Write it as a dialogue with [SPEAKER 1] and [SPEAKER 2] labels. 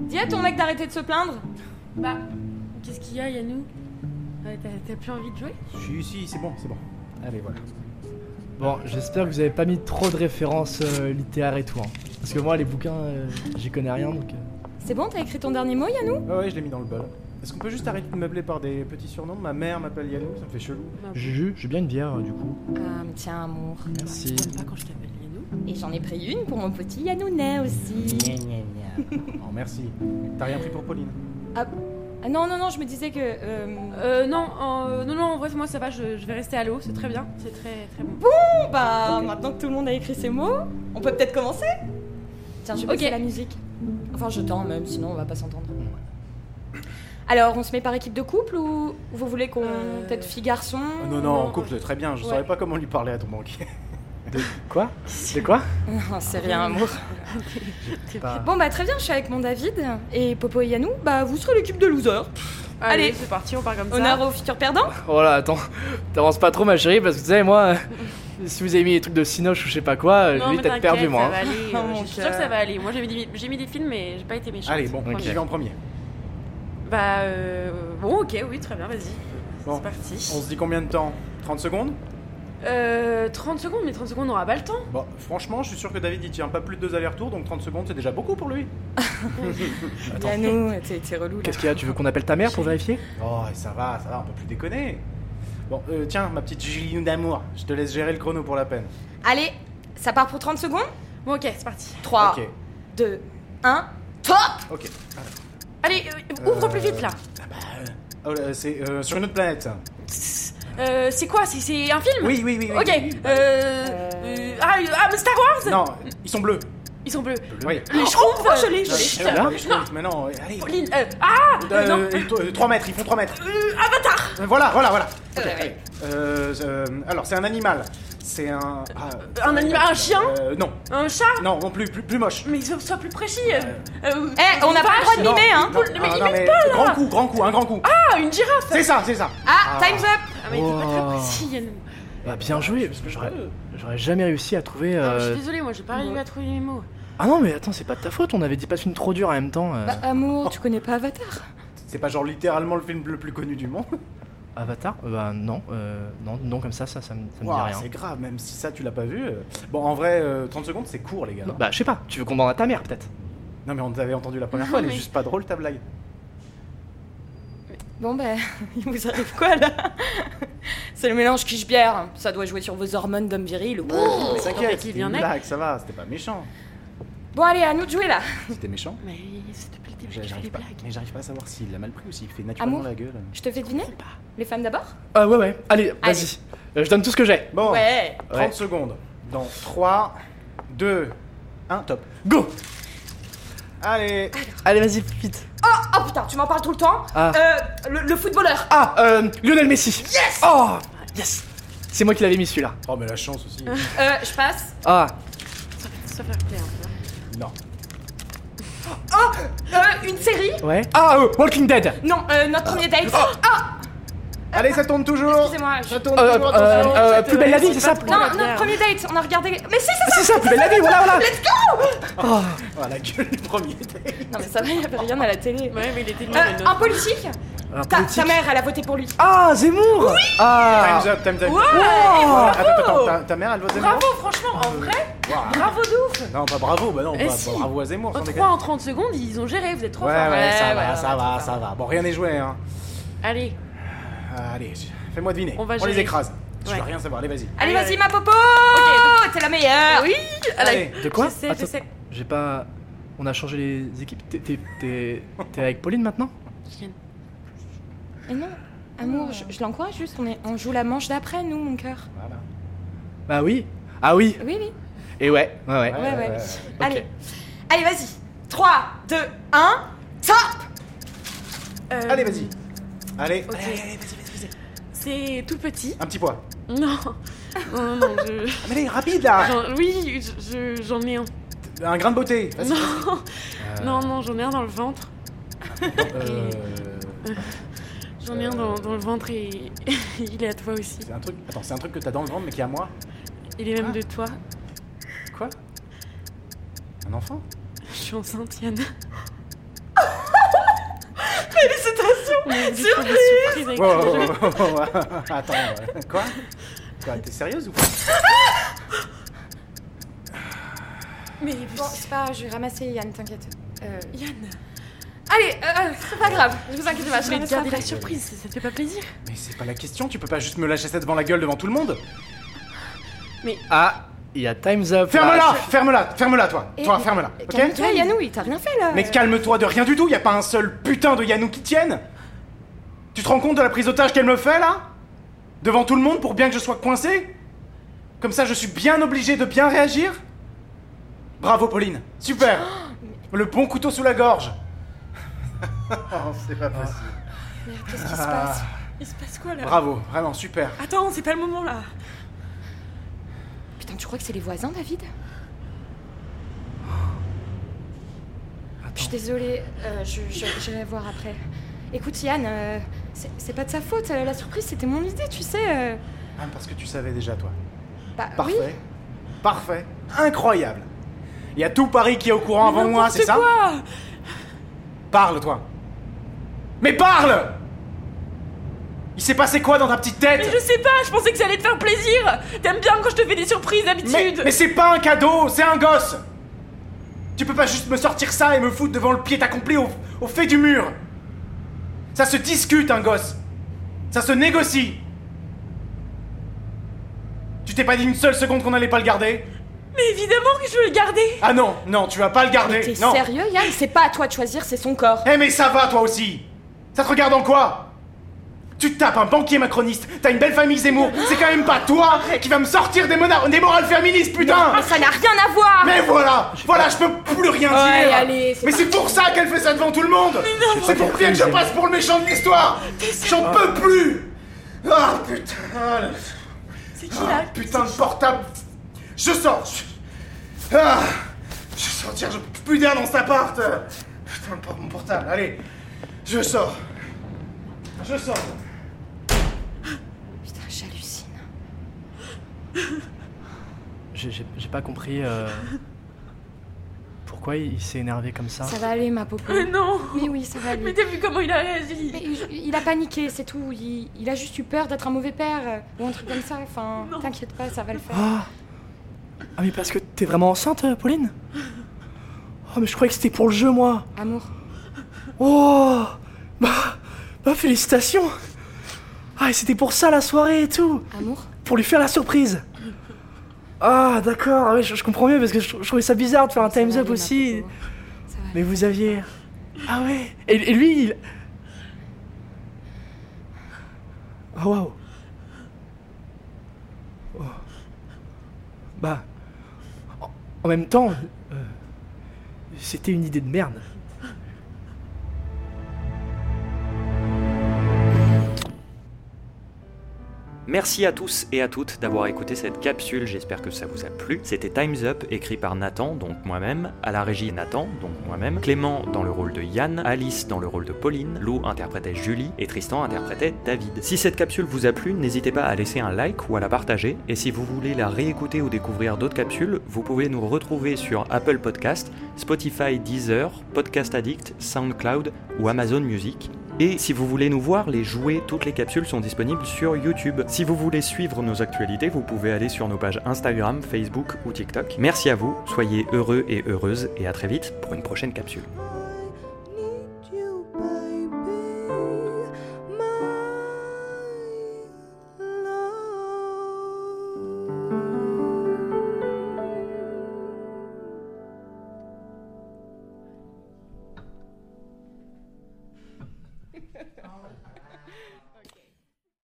[SPEAKER 1] Dis à ton mec d'arrêter de se plaindre.
[SPEAKER 2] Bah, qu'est-ce qu'il y a, Yannou Euh, T'as t'as plus envie de jouer
[SPEAKER 3] Si, si, c'est bon, c'est bon. Allez, voilà.
[SPEAKER 4] Bon, j'espère que vous avez pas mis trop de références euh, littéraires et tout. hein. Parce que moi, les bouquins, euh, j'y connais rien donc. euh.
[SPEAKER 1] C'est bon, t'as écrit ton dernier mot, Yannou
[SPEAKER 3] Ah ouais, je l'ai mis dans le bol. Est-ce qu'on peut juste arrêter de meubler par des petits surnoms Ma mère m'appelle Yannou, ça me fait chelou.
[SPEAKER 4] Juju, j'ai bien une bière euh, du coup.
[SPEAKER 1] Ah, mais tiens, amour.
[SPEAKER 4] Merci.
[SPEAKER 2] T'aimes pas quand je t'appelle Yannou
[SPEAKER 1] Et j'en ai pris une pour mon petit Yanounet aussi.
[SPEAKER 3] Oh, merci. T'as rien pris pour Pauline
[SPEAKER 1] Ah non, non, non, je me disais que. euh,
[SPEAKER 2] Euh, non, euh, non, non, en vrai, moi ça va, je, je vais rester à l'eau, c'est très bien, c'est très très bon.
[SPEAKER 1] Bon, bah, maintenant que tout le monde a écrit ses mots, on peut peut-être commencer Tiens, je vais
[SPEAKER 2] Ok.
[SPEAKER 1] passer la musique. Enfin, je tends même, sinon on va pas s'entendre. Alors, on se met par équipe de couple ou vous voulez qu'on.
[SPEAKER 2] Euh,
[SPEAKER 1] Peut-être fille-garçon
[SPEAKER 3] Ah Non, non, en couple, très bien. Je
[SPEAKER 2] Ouais.
[SPEAKER 3] saurais pas comment lui parler à ton banquier.
[SPEAKER 4] Quoi C'est quoi
[SPEAKER 1] Non, c'est rien, amour.
[SPEAKER 2] Très
[SPEAKER 3] Pas-
[SPEAKER 1] Bon, bah, très bien, je suis avec mon David. Et Popo et Yanou, bah, vous serez l'équipe de losers.
[SPEAKER 2] bien.
[SPEAKER 1] Allez.
[SPEAKER 2] Allez, c'est parti, on part comme ça.
[SPEAKER 1] Honneur au futur perdant
[SPEAKER 4] Oh là, attends, t'avances pas trop ma chérie parce que tu sais, moi, euh, si vous avez mis des trucs de Sinoche ou je sais pas
[SPEAKER 3] Ah,
[SPEAKER 4] quoi, euh, je
[SPEAKER 2] Non,
[SPEAKER 4] vais
[SPEAKER 2] mais
[SPEAKER 4] vite être perdu
[SPEAKER 2] t'inquiète, Ça
[SPEAKER 4] moi.
[SPEAKER 2] va
[SPEAKER 4] hein.
[SPEAKER 2] aller,
[SPEAKER 1] Oh,
[SPEAKER 2] euh,
[SPEAKER 1] mon
[SPEAKER 2] je suis sûre que
[SPEAKER 1] cœur.
[SPEAKER 2] ça va aller. Moi j'ai mis, des- j'ai mis des films, mais j'ai pas été méchante.
[SPEAKER 3] Allez, bon,
[SPEAKER 4] Ok.
[SPEAKER 3] j'y vais en premier.
[SPEAKER 2] Bah, euh, bon, ok, oui, très bien, vas-y.
[SPEAKER 3] Bon.
[SPEAKER 2] C'est parti.
[SPEAKER 3] On se dit combien de temps 30 secondes
[SPEAKER 2] Euh, 30 secondes, mais 30 secondes, on aura pas le temps.
[SPEAKER 3] Bon, franchement, je suis sûr que David il tient pas plus de deux allers-retours, donc 30 secondes c'est déjà beaucoup pour lui.
[SPEAKER 4] Attends.
[SPEAKER 1] Yanou, t'es t'es relou là.
[SPEAKER 4] Qu'est-ce qu'il y a Tu veux qu'on appelle ta mère pour vérifier
[SPEAKER 3] Oh, et ça va, ça va, on peut plus déconner. Bon, euh, tiens, ma petite Julie d'amour, je te laisse gérer le chrono pour la peine.
[SPEAKER 1] Allez, ça part pour 30 secondes
[SPEAKER 2] Bon, ok, c'est parti.
[SPEAKER 1] 3,
[SPEAKER 3] Ok,
[SPEAKER 1] 2, 1, top
[SPEAKER 3] ok.
[SPEAKER 2] Allez, euh, ouvre
[SPEAKER 3] Euh,
[SPEAKER 2] plus vite là.
[SPEAKER 3] Ah bah, euh, oh là, c'est euh, sur une autre planète. ça.
[SPEAKER 2] Euh, c'est quoi C'est- C'est un film
[SPEAKER 3] Oui, oui, oui. oui,
[SPEAKER 2] Ok,
[SPEAKER 3] oui, oui.
[SPEAKER 2] euh, euh, Ah, euh, ah, mais Star Wars
[SPEAKER 3] Non, ils sont bleus.
[SPEAKER 2] Ils sont bleus.
[SPEAKER 3] Oui.
[SPEAKER 2] Les schtroumpfs
[SPEAKER 1] oh, je l'ai,
[SPEAKER 2] euh,
[SPEAKER 1] je l'ai.
[SPEAKER 2] shit.
[SPEAKER 3] Non,
[SPEAKER 4] là
[SPEAKER 3] les Schtroumpfs, mais non, allez.
[SPEAKER 2] Pauline, euh, ah
[SPEAKER 3] Euh,
[SPEAKER 2] Non,
[SPEAKER 3] et toi, euh, 3 mètres, ils font 3 mètres.
[SPEAKER 2] euh, Avatar
[SPEAKER 3] Euh, Voilà, voilà, voilà. Ok,
[SPEAKER 1] Euh,
[SPEAKER 3] allez. Euh, euh, alors, c'est un animal. C'est un. ah,
[SPEAKER 2] Un animal, un chien
[SPEAKER 3] euh, non,
[SPEAKER 2] Un chat
[SPEAKER 3] non, non plus, plus, plus moche.
[SPEAKER 2] Mais sois, sois plus précis euh, euh,
[SPEAKER 1] Eh, on n'a pas le droit de
[SPEAKER 2] vache.
[SPEAKER 1] mimer, hein
[SPEAKER 3] Non,
[SPEAKER 2] mais
[SPEAKER 3] ah,
[SPEAKER 2] ils
[SPEAKER 3] non,
[SPEAKER 2] mettent
[SPEAKER 3] mais
[SPEAKER 2] pas, là.
[SPEAKER 3] Grand coup, grand coup, un grand coup.
[SPEAKER 2] Ah, une girafe
[SPEAKER 3] c'est ça, c'est ça.
[SPEAKER 1] Ah,
[SPEAKER 3] Ah.
[SPEAKER 1] time's up
[SPEAKER 2] Ah, mais t'es pas
[SPEAKER 4] Wow.
[SPEAKER 2] très précis, Yannou.
[SPEAKER 4] Bah bien joué, parce que j'aurais j'aurais jamais réussi à trouver.
[SPEAKER 2] Ah,
[SPEAKER 4] euh,
[SPEAKER 2] Je suis désolée, moi j'ai pas arrivé à trouver mes mots.
[SPEAKER 4] Ah non, mais attends, c'est pas de ta faute, on avait dit pas de film trop dur en même temps. euh,
[SPEAKER 1] Bah, amour, tu connais pas Avatar
[SPEAKER 3] C'est pas genre littéralement le film le plus connu du monde.
[SPEAKER 4] Avatar Euh, Bah non, euh, non, non, comme ça, ça, ça me, ça me
[SPEAKER 3] Ouah,
[SPEAKER 4] dit
[SPEAKER 3] c'est
[SPEAKER 4] rien.
[SPEAKER 3] grave, même si ça tu l'as pas vu. euh. Bon, en vrai, euh, 30 secondes c'est court, les gars.
[SPEAKER 4] Non,
[SPEAKER 3] Non,
[SPEAKER 4] Bah je sais pas, tu veux qu'on demande à ta mère peut-être
[SPEAKER 3] mais on t'avait entendu la première fois, elle est
[SPEAKER 2] Mais-
[SPEAKER 3] juste pas drôle ta blague.
[SPEAKER 1] Bon, bah, il vous arrive quoi là C'est le mélange quiche-bière, ça doit jouer sur vos hormones d'homme viril ou
[SPEAKER 3] Oh, Mais T'inquiète,
[SPEAKER 2] t'inquiète, il
[SPEAKER 3] c'était
[SPEAKER 2] y en
[SPEAKER 3] une
[SPEAKER 2] a.
[SPEAKER 3] blague, ça va, c'était pas méchant.
[SPEAKER 1] Bon, allez, à nous de jouer là
[SPEAKER 3] C'était méchant.
[SPEAKER 2] Mais s'il te plaît, t'es
[SPEAKER 3] J'ai-
[SPEAKER 2] je fais des
[SPEAKER 3] J'arrive pas.
[SPEAKER 2] blagues.
[SPEAKER 3] Mais j'arrive pas à savoir s'il l'a mal pris ou s'il fait naturellement
[SPEAKER 1] Amour.
[SPEAKER 3] la gueule.
[SPEAKER 1] Je te fais deviner
[SPEAKER 2] sais pas.
[SPEAKER 1] Les femmes d'abord
[SPEAKER 4] Ah ouais, ouais, allez,
[SPEAKER 1] Allez.
[SPEAKER 4] vas-y. Euh, je donne tout ce que j'ai.
[SPEAKER 3] Bon,
[SPEAKER 1] Ouais
[SPEAKER 3] 30
[SPEAKER 4] Ouais.
[SPEAKER 3] secondes. Dans 3, 2, 1, top.
[SPEAKER 4] Go
[SPEAKER 3] Allez
[SPEAKER 4] Allez, vas-y, vite.
[SPEAKER 1] Oh putain, tu m'en parles tout le temps
[SPEAKER 4] Ah.
[SPEAKER 1] Euh, le, le footballeur
[SPEAKER 4] Ah, euh, Lionel Messi Yes Oh Yes C'est moi qui l'avais mis celui-là.
[SPEAKER 3] Oh, mais la chance aussi.
[SPEAKER 1] Euh, je passe.
[SPEAKER 4] Ah
[SPEAKER 2] Sois sois fair play, hein.
[SPEAKER 3] non.
[SPEAKER 1] Oh Euh, une série
[SPEAKER 4] Ouais Ah, euh, Walking Dead
[SPEAKER 1] Non, euh, notre premier date Ah
[SPEAKER 3] Allez, ça tourne toujours
[SPEAKER 1] Excusez-moi, je-
[SPEAKER 3] Ça tourne
[SPEAKER 4] Euh,
[SPEAKER 3] toujours,
[SPEAKER 4] euh,
[SPEAKER 3] attention.
[SPEAKER 4] euh,
[SPEAKER 3] Ça
[SPEAKER 4] plus
[SPEAKER 3] tourne.
[SPEAKER 4] belle la vie, c'est ça
[SPEAKER 1] Non,
[SPEAKER 2] la
[SPEAKER 1] notre
[SPEAKER 2] bière.
[SPEAKER 1] premier date, on a regardé... Mais si,
[SPEAKER 4] Ah,
[SPEAKER 1] c'est ça
[SPEAKER 4] C'est ça, plus belle la vie, voilà, voilà
[SPEAKER 1] Let's go
[SPEAKER 3] Oh, la gueule du premier date.
[SPEAKER 1] Non mais ça va, il avait rien à la télé.
[SPEAKER 2] Ouais, mais il était nul, le
[SPEAKER 1] Euh,
[SPEAKER 2] nôtre.
[SPEAKER 1] un politique
[SPEAKER 4] Un
[SPEAKER 1] Ta,
[SPEAKER 4] politique.
[SPEAKER 1] ta mère, elle a voté pour lui.
[SPEAKER 4] Ah, Zemmour Ah
[SPEAKER 3] Time's up, time's up.
[SPEAKER 2] Ouais,
[SPEAKER 4] Oh.
[SPEAKER 2] et voilà.
[SPEAKER 3] Attends, attends, attends, ta, ta mère, elle vote Zemmour
[SPEAKER 2] Bravo, franchement, en vrai,
[SPEAKER 3] Ouah.
[SPEAKER 2] bravo de ouf.
[SPEAKER 3] Non, pas bravo, bah non,
[SPEAKER 2] Eh
[SPEAKER 3] pas-
[SPEAKER 2] si.
[SPEAKER 3] pas bravo à Zemmour,
[SPEAKER 2] En
[SPEAKER 3] sans
[SPEAKER 2] 3
[SPEAKER 3] déconner.
[SPEAKER 2] en 30 secondes, ils ont géré, vous êtes trop
[SPEAKER 3] Ouais, ouais,
[SPEAKER 2] forts.
[SPEAKER 3] ça va,
[SPEAKER 1] ouais,
[SPEAKER 3] ça va, ça va. Bon, rien n'est joué, hein.
[SPEAKER 2] Allez,
[SPEAKER 3] Ah, Allez, fais-moi deviner.
[SPEAKER 2] On va
[SPEAKER 3] les
[SPEAKER 2] gérer.
[SPEAKER 3] écrase. Je veux
[SPEAKER 2] Ouais.
[SPEAKER 3] rien savoir, allez, vas-y.
[SPEAKER 2] Allez,
[SPEAKER 1] Allez, vas-y,
[SPEAKER 2] allez.
[SPEAKER 1] ma popo T'es la meilleure
[SPEAKER 2] Oui,
[SPEAKER 3] Allez.
[SPEAKER 2] allez.
[SPEAKER 4] De quoi
[SPEAKER 2] Je sais, je
[SPEAKER 4] Attends,
[SPEAKER 2] sais.
[SPEAKER 4] J'ai pas... On a changé les équipes. T'es- T'es t'es- t'es avec Pauline maintenant
[SPEAKER 1] Et Eh non, amour, je, je l'encourage juste, on, est, on joue la manche d'après, nous, mon cœur.
[SPEAKER 3] Voilà.
[SPEAKER 4] Bah oui Ah oui
[SPEAKER 1] Oui, oui.
[SPEAKER 4] Et ouais, ouais, ouais.
[SPEAKER 1] Ouais,
[SPEAKER 3] Ouais,
[SPEAKER 1] ouais.
[SPEAKER 3] ouais, ouais.
[SPEAKER 1] Allez, allez, vas-y. 3, 2, 1, top
[SPEAKER 2] Euh,
[SPEAKER 3] Allez, vas-y. Allez.
[SPEAKER 2] Ok.
[SPEAKER 3] Allez, allez, vas-y, vas-y, vas-y.
[SPEAKER 2] C'est tout petit.
[SPEAKER 3] Un petit poids.
[SPEAKER 2] Non, non, non, je...
[SPEAKER 3] Ah, mais allez, rapide là
[SPEAKER 2] j'en- oui, je- je- j'en ai un.
[SPEAKER 3] Un grain de beauté. Vas-y.
[SPEAKER 2] Non, non, non, j'en ai un dans le ventre.
[SPEAKER 3] Euh,
[SPEAKER 2] J'en ai un dans, dans le ventre et il est à toi aussi.
[SPEAKER 3] C'est un truc. Attends, c'est un truc que t'as dans le ventre mais qui est à moi.
[SPEAKER 2] Il est même
[SPEAKER 3] Ah.
[SPEAKER 2] de toi.
[SPEAKER 3] Quoi Un enfant
[SPEAKER 2] Je suis enceinte, Yann. On est obligé de faire des surprises avec
[SPEAKER 3] Wow,
[SPEAKER 2] le
[SPEAKER 3] wow,
[SPEAKER 2] jeu.
[SPEAKER 3] wow, wow, wow. Attends, euh, quoi Quoi, t'es sérieuse ou quoi
[SPEAKER 1] Mais bon, c'est pas, grave, je vais ramasser Yann, t'inquiète. Euh,
[SPEAKER 2] Yann,
[SPEAKER 1] Allez, euh, c'est pas grave, ne vous inquiétez pas, je
[SPEAKER 2] je vais
[SPEAKER 1] ramasse ça
[SPEAKER 2] garder
[SPEAKER 1] après.
[SPEAKER 2] la surprise, ça te fait pas plaisir
[SPEAKER 3] Mais c'est pas la question, tu peux pas juste me lâcher ça devant la gueule devant tout le monde
[SPEAKER 2] Bah,
[SPEAKER 4] Ah, il y a Time's Up.
[SPEAKER 3] Ferme-la
[SPEAKER 4] Ah,
[SPEAKER 3] Ferme-la Ferme-la, toi
[SPEAKER 1] Et-
[SPEAKER 3] Toi, ferme-la,
[SPEAKER 2] euh,
[SPEAKER 3] ok
[SPEAKER 1] Calme-toi, Yannou, il t'a rien fait là.
[SPEAKER 3] Mais calme-toi de rien du tout, y a pas un seul putain de Yannou qui tienne Tu te rends compte de la prise d'otage qu'elle me fait, là Devant tout le monde pour bien que je sois coincé Comme ça, je suis bien obligé de bien réagir Bravo, Pauline Super Le bon couteau sous la gorge C'est pas possible.
[SPEAKER 1] Merde, Qu'est-ce qui se passe
[SPEAKER 2] Il se passe quoi là
[SPEAKER 3] Bravo, vraiment, super
[SPEAKER 2] Attends, c'est pas le moment là
[SPEAKER 1] Putain, tu crois que c'est les voisins, David Je suis désolée, euh, je, je, j'irai voir après. Écoute, Yann, euh, c'est, c'est pas de sa faute, euh, la surprise c'était mon idée, tu sais. euh,
[SPEAKER 3] Ah, parce que tu savais déjà, toi.
[SPEAKER 1] bah,
[SPEAKER 3] Parfait.
[SPEAKER 1] oui.
[SPEAKER 3] Parfait. Incroyable. Il y a tout Paris qui est au courant avant moi, c'est ça
[SPEAKER 2] quoi
[SPEAKER 3] Parle, toi. Mais parle Il s'est passé quoi dans ta petite tête
[SPEAKER 2] Mais je sais pas, je pensais que ça allait te faire plaisir T'aimes bien quand je te fais des surprises
[SPEAKER 3] Mais,
[SPEAKER 2] d'habitude
[SPEAKER 3] mais c'est pas un cadeau, c'est un gosse Tu peux pas juste me sortir ça et me foutre devant le pied accompli au, au fait du mur Ça se discute, un gosse Ça se négocie Tu t'es pas dit une seule seconde qu'on allait pas le garder
[SPEAKER 2] Mais évidemment que je veux le garder
[SPEAKER 3] Ah non, non, tu vas pas le garder
[SPEAKER 1] T'es
[SPEAKER 3] Non
[SPEAKER 1] sérieux, Yann C'est pas à toi de choisir, c'est son corps.
[SPEAKER 3] Eh mais ça va toi aussi Ça te regarde en quoi Tu te tapes un banquier macroniste, t'as une belle famille Zemmour, c'est quand même pas toi qui va me sortir des, mona- des morales féministes putain
[SPEAKER 1] Mais ça n'a rien à voir
[SPEAKER 3] Mais voilà Voilà, je peux plus rien
[SPEAKER 1] Ouais,
[SPEAKER 3] dire
[SPEAKER 1] allez, c'est
[SPEAKER 3] Mais c'est pour ça qu'elle fait ça devant tout le monde
[SPEAKER 4] j'ai
[SPEAKER 3] C'est
[SPEAKER 4] pas
[SPEAKER 3] pour
[SPEAKER 4] compris,
[SPEAKER 3] bien que je
[SPEAKER 4] j'ai-
[SPEAKER 3] passe pour le méchant de l'histoire J'en peux plus Ah putain
[SPEAKER 2] C'est qui là
[SPEAKER 3] Putain de portable Je sors je- Ah Je vais sortir, je peux plus d'air dans cet appart Putain, le por- mon portable, allez Je sors Je sors
[SPEAKER 1] Putain, j'hallucine.
[SPEAKER 4] J'ai j'ai- j'ai pas compris. euh, Pourquoi il, il s'est énervé comme ça
[SPEAKER 1] Ça va aller, ma popo.
[SPEAKER 2] Mais non
[SPEAKER 1] Mais oui, ça va
[SPEAKER 2] Mais
[SPEAKER 1] aller.
[SPEAKER 2] t'as vu comment il a réagi
[SPEAKER 1] Mais il- il a paniqué, c'est tout. Il, il a juste eu peur d'être un mauvais père euh, ou un truc comme ça. Enfin,
[SPEAKER 2] Non.
[SPEAKER 1] t'inquiète pas, ça va le faire.
[SPEAKER 4] Ah Ah, mais parce que t'es vraiment enceinte, euh, Pauline Oh, mais je croyais que c'était pour le jeu, moi
[SPEAKER 1] Amour,
[SPEAKER 4] Oh Bah, bah félicitations Ah, et c'était pour ça la soirée et tout
[SPEAKER 1] amour.
[SPEAKER 4] Pour lui faire la surprise Ah, d'accord, ah ouais, je, je comprends mieux parce que je, je trouvais ça bizarre de faire un
[SPEAKER 1] ça va
[SPEAKER 4] time's
[SPEAKER 1] aller,
[SPEAKER 4] up
[SPEAKER 1] ma
[SPEAKER 4] aussi.
[SPEAKER 1] popo. Ça va
[SPEAKER 4] Mais vous aviez. Ah ouais Et, et lui, il. Oh waouh Oh. Bah. en- En même temps, euh, c'était une idée de merde.
[SPEAKER 5] Merci à tous et à toutes d'avoir écouté cette capsule, j'espère que ça vous a plu. C'était Time's Up, écrit par Nathan, donc moi-même, à la régie Nathan, donc moi-même, Clément dans le rôle de Yann, Alice dans le rôle de Pauline, Lou interprétait Julie et Tristan interprétait David. Si cette capsule vous a plu, n'hésitez pas à laisser un like ou à la partager, et si vous voulez la réécouter ou découvrir d'autres capsules, vous pouvez nous retrouver sur Apple Podcast, Spotify, Deezer, Podcast Addict, SoundCloud ou Amazon Music. Et si vous voulez nous voir, les jouets, toutes les capsules sont disponibles sur YouTube. Si vous voulez suivre nos actualités, vous pouvez aller sur nos pages Instagram, Facebook ou TikTok. Merci à vous, soyez heureux et heureuses, et à très vite pour une prochaine capsule.